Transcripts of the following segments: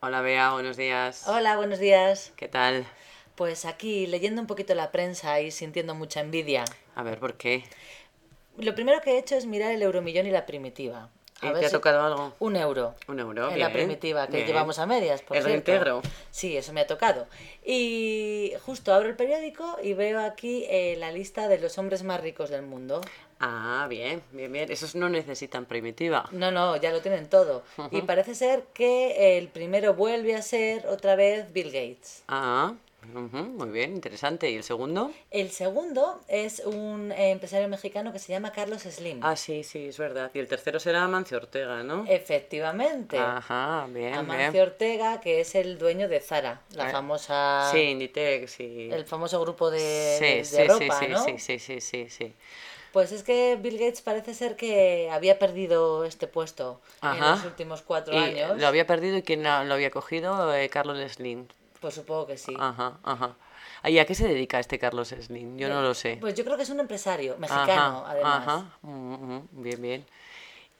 Hola Bea, buenos días. Hola, buenos días. ¿Qué tal? Pues aquí leyendo un poquito la prensa y sintiendo mucha envidia. A ver, ¿por qué? Lo primero que he hecho es mirar el euromillón y la primitiva. ¿Y ¿Eh? te ha tocado algo? Un euro. Un euro. En bien, la primitiva que bien. llevamos a medias, por El cierto. reintegro. Sí, eso me ha tocado. Y justo abro el periódico y veo aquí eh, la lista de los hombres más ricos del mundo. Ah, bien, bien, bien. Esos no necesitan primitiva. No, no, ya lo tienen todo. Y parece ser que el primero vuelve a ser otra vez Bill Gates. Ah, ujú, muy bien, interesante. ¿Y el segundo? El segundo es un eh, empresario mexicano que se llama Carlos Slim. Ah, sí, sí, es verdad. Y el tercero será Amancio Ortega, ¿no? Efectivamente. Ajá, Ah, bien, Amancio bien. Ortega, que es el dueño de Zara, la Ah, famosa Sí, Inditex y... el famoso grupo de, de- de sí, sí, ropa, sí, ¿no? sí, sí, sí, sí, sí. Pues es que Bill Gates parece ser que había perdido este puesto Ajá. en los últimos cuatro Y años. lo había perdido y quién la- lo había cogido, Eh, Carlos Slim. Pues supongo que sí. Ajá, ajá. Ah, ¿Y a qué se dedica este Carlos Slim? Yo no lo sé. Pues yo creo que es un empresario mexicano, Ajá, además. ajá. Mm, mm, bien, bien.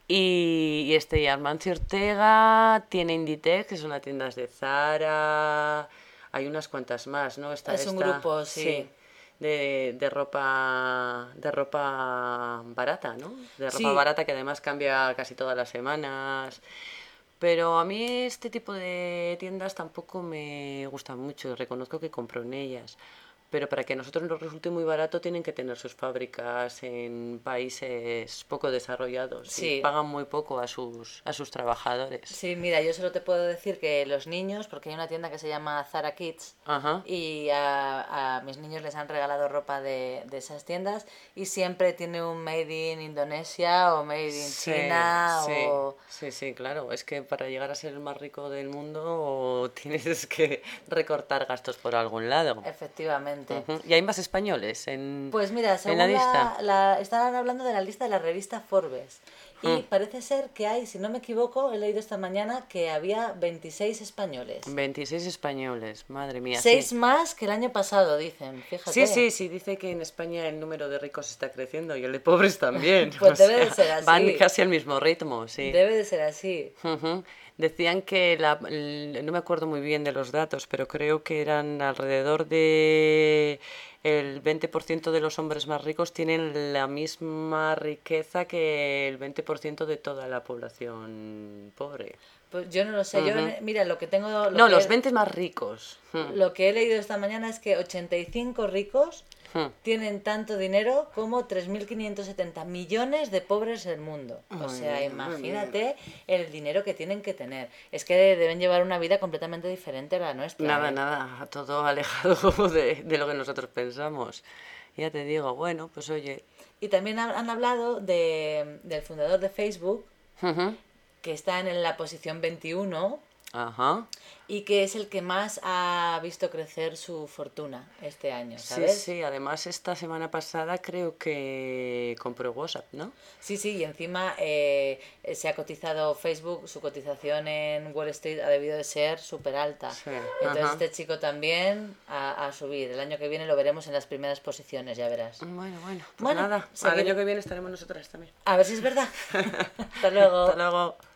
Y, y este Armancio Ortega tiene Inditex, que son las tiendas de Zara. Hay unas cuantas más, ¿no? Está, Es un esta- grupo, sí. De, de ropa de ropa barata, ¿no? De ropa Sí. barata que además cambia casi todas las semanas. Pero a mí este tipo de tiendas tampoco me gustan mucho, reconozco que compro en ellas. Pero para que a nosotros nos resulte muy barato tienen que tener sus fábricas en países poco desarrollados y Sí. pagan muy poco a sus, a sus trabajadores. Sí, mira, yo solo te puedo decir que los niños, porque hay una tienda que se llama Zara Kids, Ajá. y a, a mis niños les han regalado ropa de, de esas tiendas y siempre tiene un made in Indonesia o made in Sí, China sí, o... sí, sí, claro. Es que para llegar a ser el más rico del mundo tienes que recortar gastos por algún lado. Efectivamente. Ujú. ¿Y hay más españoles en, Pues mira, en según la la lista? la- estaban hablando de la lista de la revista Forbes. Y Hmm. parece ser que hay, si no me equivoco, he leído esta mañana que había 26 españoles. Mm, 26 españoles, madre mía. sí. Seis más que el año pasado, dicen, fíjate. Sí, sí, sí, dice que en España el número de ricos está creciendo y el de pobres también. Pues o debe de sea, ser así. Van casi al mismo ritmo, sí. Debe de ser así. Ujú. Decían que, la- l- no me acuerdo muy bien de los datos, pero creo que eran alrededor de el 20% de los hombres más ricos tienen la misma riqueza que el 20% de toda la población pobre. Pues yo no lo sé. Yo, mira, lo que tengo... lo no, que los he- 20 más ricos. Ujú. Lo que he leído esta mañana es que 85 ricos Ujú. tienen tanto dinero como 3.570 millones de pobres del mundo. O sea, imagínate el dinero que tienen que tener. Es que deben llevar una vida completamente diferente a la nuestra. Nada, ¿eh? nada, todo alejado de, de lo que nosotros pensamos. Ya te digo, bueno, pues oye. Y también ha- han hablado de- del fundador de Facebook, ujú, que está en la posición 21 Ajá. y que es el que más ha visto crecer su fortuna este año, Sí, ¿sabes? sí, además esta semana pasada creo que compró WhatsApp, ¿no? Sí, sí, y encima eh, eh, se ha cotizado Facebook, su cotización en Wall Street ha debido de ser súper alta. Sí, Entonces ajá. este chico también a, a subir. El año que viene lo veremos en las primeras posiciones, ya verás. Bueno, bueno, pues Bueno, nada, al seguiré- año que viene estaremos nosotras también. A ver si es verdad. Hasta luego. Hasta luego.